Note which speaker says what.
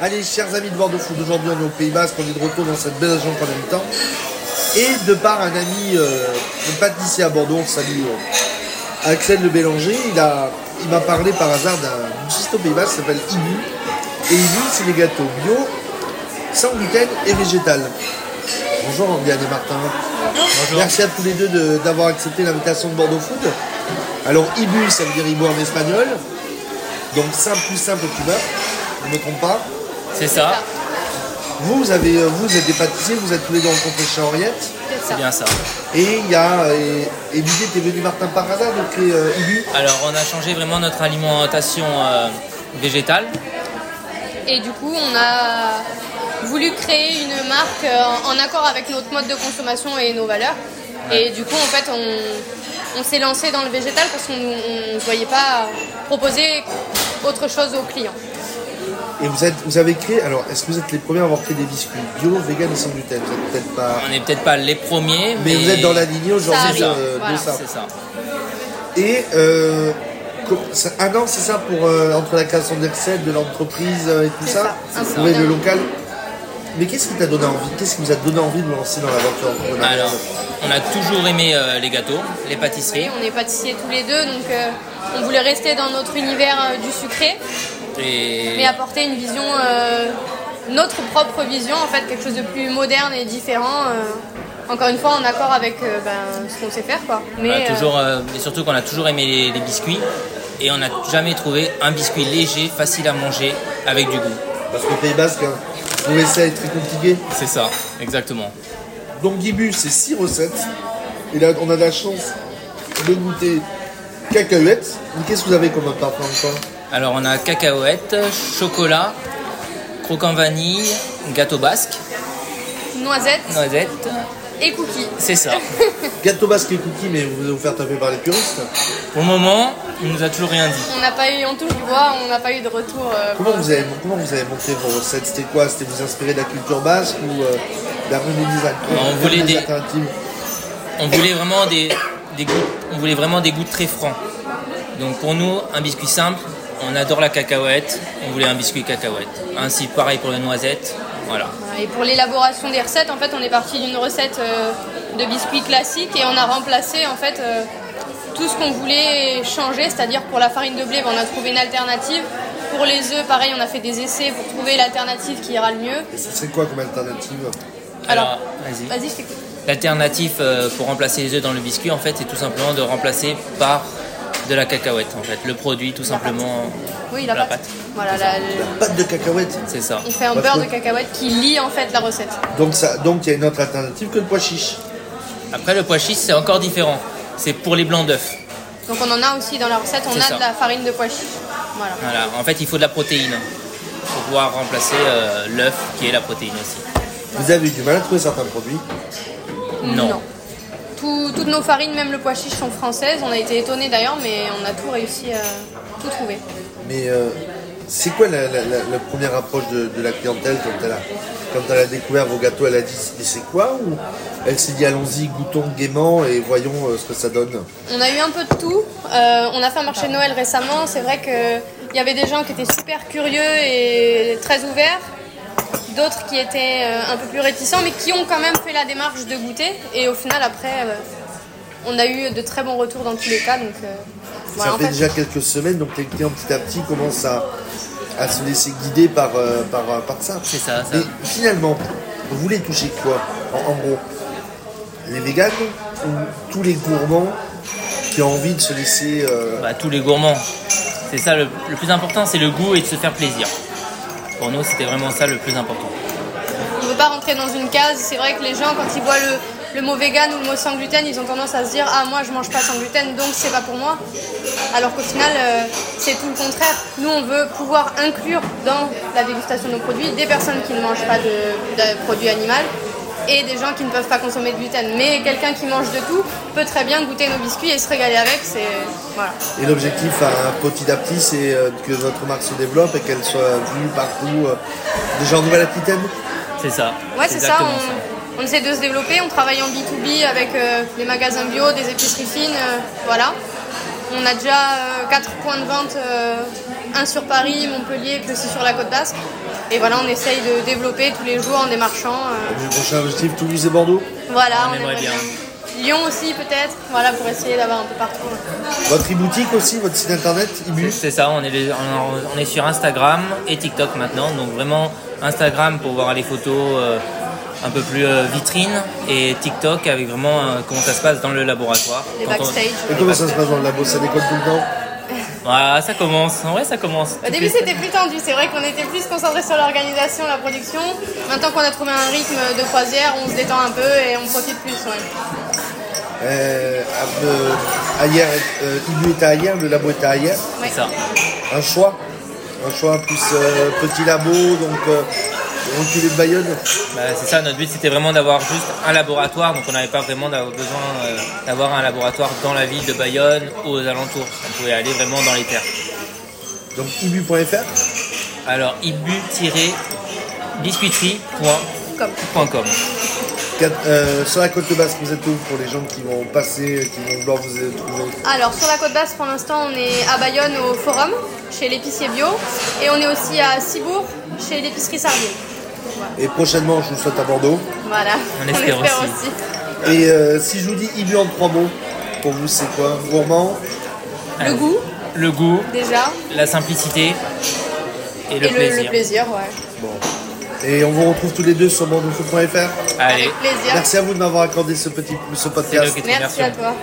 Speaker 1: Allez, chers amis de Bordeaux Food, aujourd'hui on est au Pays Basque, on est de retour dans cette belle agence en même temps. Et de par un ami, euh, un pâtissier à Bordeaux, on salue euh, Axel Le Bélanger, il a- il m'a parlé par hasard d'un giste au Pays Basque qui s'appelle Ibu. Et Ibu, c'est des gâteaux bio, sans gluten et végétal. Bonjour Andiane et Martin. Merci à tous les deux de- d'avoir accepté l'invitation de Bordeaux Food. Alors Ibu, ça veut dire Ibu en espagnol. Donc simple, plus simple que beurre, je ne me trompe pas.
Speaker 2: C'est ça,
Speaker 1: Vous, vous, avez, euh, vous êtes des pâtissiers, vous êtes tous les deux rencontrés chez Henriette.
Speaker 2: c'est bien ça.
Speaker 1: Et il y a. euh, Et l'idée était venue Martin par hasard de créer euh, Ibu.
Speaker 2: Alors on a changé vraiment notre alimentation euh, végétale.
Speaker 3: Et du coup, on a voulu créer une marque euh, en accord avec notre mode de consommation et nos valeurs. Et du coup, en fait, on, on s'est lancé dans le végétal parce qu'on ne voyait pas proposer autre chose aux clients.
Speaker 1: Et vous, êtes, vous avez créé. Alors, est-ce que vous êtes les premiers à avoir créé des biscuits bio, vegan et sans gluten Vous êtes peut-être pas.
Speaker 2: On n'est peut-être pas les premiers,
Speaker 1: Mais
Speaker 2: mais,
Speaker 1: vous êtes dans la lignée aujourd'hui
Speaker 3: arrive,
Speaker 1: euh, de,
Speaker 3: voilà.
Speaker 1: ça.
Speaker 2: C'est ça.
Speaker 1: Et. Euh, co- ça- un an, c'est ça pour euh, entre la création d'Excel, de l'entreprise euh, et tout
Speaker 3: C'est
Speaker 1: ça,
Speaker 3: ça, un peu
Speaker 1: trouver
Speaker 3: d'un
Speaker 1: le
Speaker 3: an.
Speaker 1: local. Mais qu'est-ce qui t'a donné envie Qu'est-ce qui vous a donné envie de vous lancer dans l'aventure entrepreneuriale
Speaker 2: Alors on a toujours aimé euh, les gâteaux, les
Speaker 3: Et
Speaker 2: pâtisseries.
Speaker 3: on est pâtissiers tous les deux, donc euh, on voulait rester dans notre univers euh, du sucré, mais
Speaker 2: Et
Speaker 3: apporter une vision, euh, notre propre vision, en fait, quelque chose de plus moderne et différent. euh, encore une fois, en accord avec euh, ben, ce qu'on sait faire, quoi.
Speaker 2: on a
Speaker 3: Mais, euh,
Speaker 2: toujours, euh, et surtout qu'on a toujours aimé les, les biscuits. Et on n'a jamais trouvé un biscuit léger, facile à manger, avec du goût.
Speaker 1: Parce que Pays Basque, hein, trouver ça est très compliqué.
Speaker 2: C'est ça, exactement.
Speaker 1: Donc Gibu, c'est 6 recettes. Et là, on a la chance de goûter cacahuètes. Mais Qu'est-ce que vous avez comme parfum encore
Speaker 2: Alors on a cacahuètes, chocolat, croquant vanille, gâteau basque,
Speaker 3: euh, noisettes
Speaker 2: noisette.
Speaker 3: et cookies.
Speaker 2: C'est ça.
Speaker 1: Gâteau basque et cookies, mais vous vous faire taper par les puristes.
Speaker 2: Pour le moment, il nous a toujours rien dit.
Speaker 3: On n'a pas eu, on touche du bois, on n'a pas eu de retour. euh,
Speaker 1: Comment
Speaker 3: pour-
Speaker 1: vous avez, comment vous avez monté vos recettes C'était quoi C'était vous inspirer de la culture basque ou euh, de la remédiation
Speaker 2: On voulait des-
Speaker 1: alternatives
Speaker 2: On voulait vraiment des, des goûts, on voulait vraiment des goûts très francs. Donc pour nous, un biscuit simple, on adore la cacahuète, on voulait un biscuit cacahuète. Ainsi pareil pour la noisette, voilà.
Speaker 3: Et pour l'élaboration des recettes, en fait, on est parti d'une recette euh, de biscuits classique et on a remplacé en fait euh, tout ce qu'on voulait changer, c'est-à-dire pour la farine de blé, ben, on a trouvé une alternative. Pour les œufs, pareil, on a fait des essais pour trouver l'alternative qui ira le mieux.
Speaker 1: Et ce serait quoi comme alternative
Speaker 2: Alors, vas-y.
Speaker 3: Vas-y, je t'écoute.
Speaker 2: L'alternative euh, pour remplacer les œufs dans le biscuit, en fait, c'est tout simplement de remplacer par de la cacahuète, en fait, le produit tout simplement.
Speaker 3: Oui, la, pâte. Voilà, la-
Speaker 1: La
Speaker 3: le-
Speaker 1: pâte de cacahuètes.
Speaker 2: C'est ça.
Speaker 3: on fait un
Speaker 1: Parce
Speaker 3: beurre
Speaker 1: que-
Speaker 3: de cacahuète qui lie en fait la recette.
Speaker 1: Donc ça, donc il y a une autre alternative que le pois chiche.
Speaker 2: Après le pois chiche, c'est encore différent. C'est pour les blancs d'œufs.
Speaker 3: Donc on en a aussi dans la recette, on
Speaker 2: C'est
Speaker 3: a
Speaker 2: ça.
Speaker 3: de la farine de pois chiche. Voilà.
Speaker 2: Voilà, en fait, il faut de la protéine pour pouvoir remplacer euh, l'œuf qui est la protéine aussi.
Speaker 1: Vous avez eu du mal à trouver certains produits.
Speaker 2: Non.
Speaker 3: Tout- toutes nos farines, même le pois chiche, sont françaises. On a été étonnés d'ailleurs, mais on a tout réussi à tout trouver.
Speaker 1: Mais euh, c'est quoi la, la- la- la première approche de, de la clientèle quand elle, a, quand elle a découvert vos gâteaux Elle a dit mais c'est quoi Ou elle s'est dit allons-y, goûtons gaiement et voyons euh, ce que ça donne.
Speaker 3: On a eu un peu de tout. Euh, on a fait un marché de Noël récemment. C'est vrai qu'il y avait des gens qui étaient super curieux et très ouverts. D'autres qui étaient euh, un peu plus réticents, mais qui ont quand même fait la démarche de goûter. Et au final, après, euh, on a eu de très bons retours dans tous les cas. Donc, euh, voilà,
Speaker 1: ça
Speaker 3: en
Speaker 1: fait
Speaker 3: fait,
Speaker 1: déjà quelques semaines, donc les clients petit à petit commencent à, à se laisser guider par, euh, par, euh, par ça.
Speaker 2: C'est ça, ça.
Speaker 1: Mais finalement, vous voulez toucher quoi en, en gros Les véganes ou tous les gourmands qui ont envie de se laisser. euh,
Speaker 2: Bah, tous les gourmands. C'est ça le, le plus important, c'est le goût et de se faire plaisir. Pour nous, c'était vraiment ça le plus important.
Speaker 3: on ne veut pas rentrer dans une case. C'est vrai que les gens, quand ils voient le, le mot vegan ou le mot sans gluten, ils ont tendance à se dire Ah, moi je mange pas sans gluten, donc c'est pas pour moi. Alors qu'au final, euh, c'est tout le contraire. Nous, on veut pouvoir inclure dans la dégustation de nos produits des personnes qui ne mangent pas de, de produits animaux et des gens qui ne peuvent pas consommer de gluten. Mais quelqu'un qui mange de tout peut très bien goûter nos biscuits et se régaler avec. C'est voilà.
Speaker 1: Et l'objectif à petit à petit, c'est euh, que votre marque se développe et qu'elle soit vue partout, euh, déjà en Nouvelle-Aquitaine.
Speaker 2: C'est ça.
Speaker 3: Ouais, c'est ça.
Speaker 2: exactement
Speaker 3: On, on essaie de se développer. On travaille en B2B avec euh, les magasins bio, des épiceries fines. euh, voilà. On a déjà euh, quatre points de vente euh, un sur Paris, Montpellier, puis aussi sur la côte basque. Et voilà, on essaye de développer tous les jours en démarchant. euh,
Speaker 1: Le prochain objectif, Toulouse et Bordeaux.
Speaker 3: voilà,
Speaker 2: On
Speaker 3: on,
Speaker 2: aimerait
Speaker 3: aimerait
Speaker 2: bien.
Speaker 3: bien. Lyon aussi peut-être, voilà, pour essayer d'avoir un peu partout. hein,
Speaker 1: Votre e-boutique aussi, votre site internet,
Speaker 2: C'est-
Speaker 1: e
Speaker 2: C'est ça, on est, les- on- on est sur Instagram et TikTok maintenant. Donc vraiment Instagram pour voir les photos euh, un peu plus euh, vitrine et TikTok avec vraiment euh, comment ça se passe dans le laboratoire.
Speaker 3: Les
Speaker 2: Quand on-
Speaker 3: backstage. euh.
Speaker 1: Et comment ça se passe dans le labo Ça décolle tout le temps
Speaker 2: Voilà, ça commence. En vrai, ça commence.
Speaker 3: Au début, c'était plus tendu. C'est vrai qu'on était plus concentré sur l'organisation, la production. Maintenant qu'on a trouvé un rythme de croisière, on se détend un peu et on profite plus. ouais.
Speaker 1: euh, à- euh, Ailleurs, euh, Ibu était ailleurs, le labo était ailleurs.
Speaker 3: Ouais.
Speaker 2: C'est ça.
Speaker 1: Un choix. Un choix plus euh, petit labo, donc euh, reculé de Bayonne.
Speaker 2: Bah, c'est ça, notre but c'était vraiment d'avoir juste un laboratoire, donc on n'avait pas vraiment d'avoir besoin euh, d'avoir un laboratoire dans la ville de Bayonne ou aux alentours. On pouvait aller vraiment dans les terres.
Speaker 1: Donc ibu.fr.
Speaker 2: Alors, ibu-biscuiterie.com.
Speaker 3: Comme.
Speaker 1: Quatre- euh, sur la côte de Basque, vous êtes où pour les gens qui vont passer, qui vont vouloir vous trouver
Speaker 3: Alors, sur la côte basse, pour l'instant, on est à Bayonne au Forum, chez l'épicier bio. Et on est aussi à Cibourg, chez l'épicerie Sardier.
Speaker 1: Et prochainement, je vous souhaite à Bordeaux.
Speaker 3: Voilà,
Speaker 2: On espère aussi.
Speaker 1: Et euh, si je vous dis Ibu en trois mots, pour vous, c'est quoi Gourmand
Speaker 3: Le goût,
Speaker 2: Le goût,
Speaker 3: déjà,
Speaker 2: la simplicité et le,
Speaker 3: et le
Speaker 2: plaisir.
Speaker 3: le plaisir, ouais.
Speaker 1: Bon. Et on vous retrouve tous les deux sur bordeauxfoot.fr.
Speaker 2: Allez,
Speaker 3: Avec plaisir.
Speaker 1: Merci à vous de m'avoir accordé ce petit ce
Speaker 2: c'est nous
Speaker 1: podcast.
Speaker 2: qui te
Speaker 3: Merci à
Speaker 2: remercions.
Speaker 3: toi.